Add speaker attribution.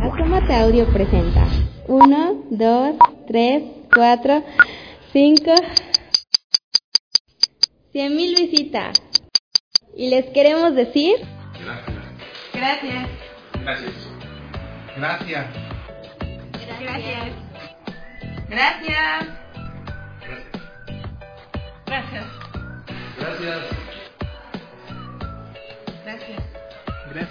Speaker 1: Acómate Audio presenta 1, 2, 3, 4, 5, 100 mil visitas. Y les queremos decir...
Speaker 2: Gracias.
Speaker 1: Gracias.
Speaker 2: Gracias. Gracias.
Speaker 1: Gracias. Gracias. Gracias.
Speaker 2: Gracias.
Speaker 1: Gracias. Gracias.
Speaker 2: Gracias. Gracias. Gracias. Gracias.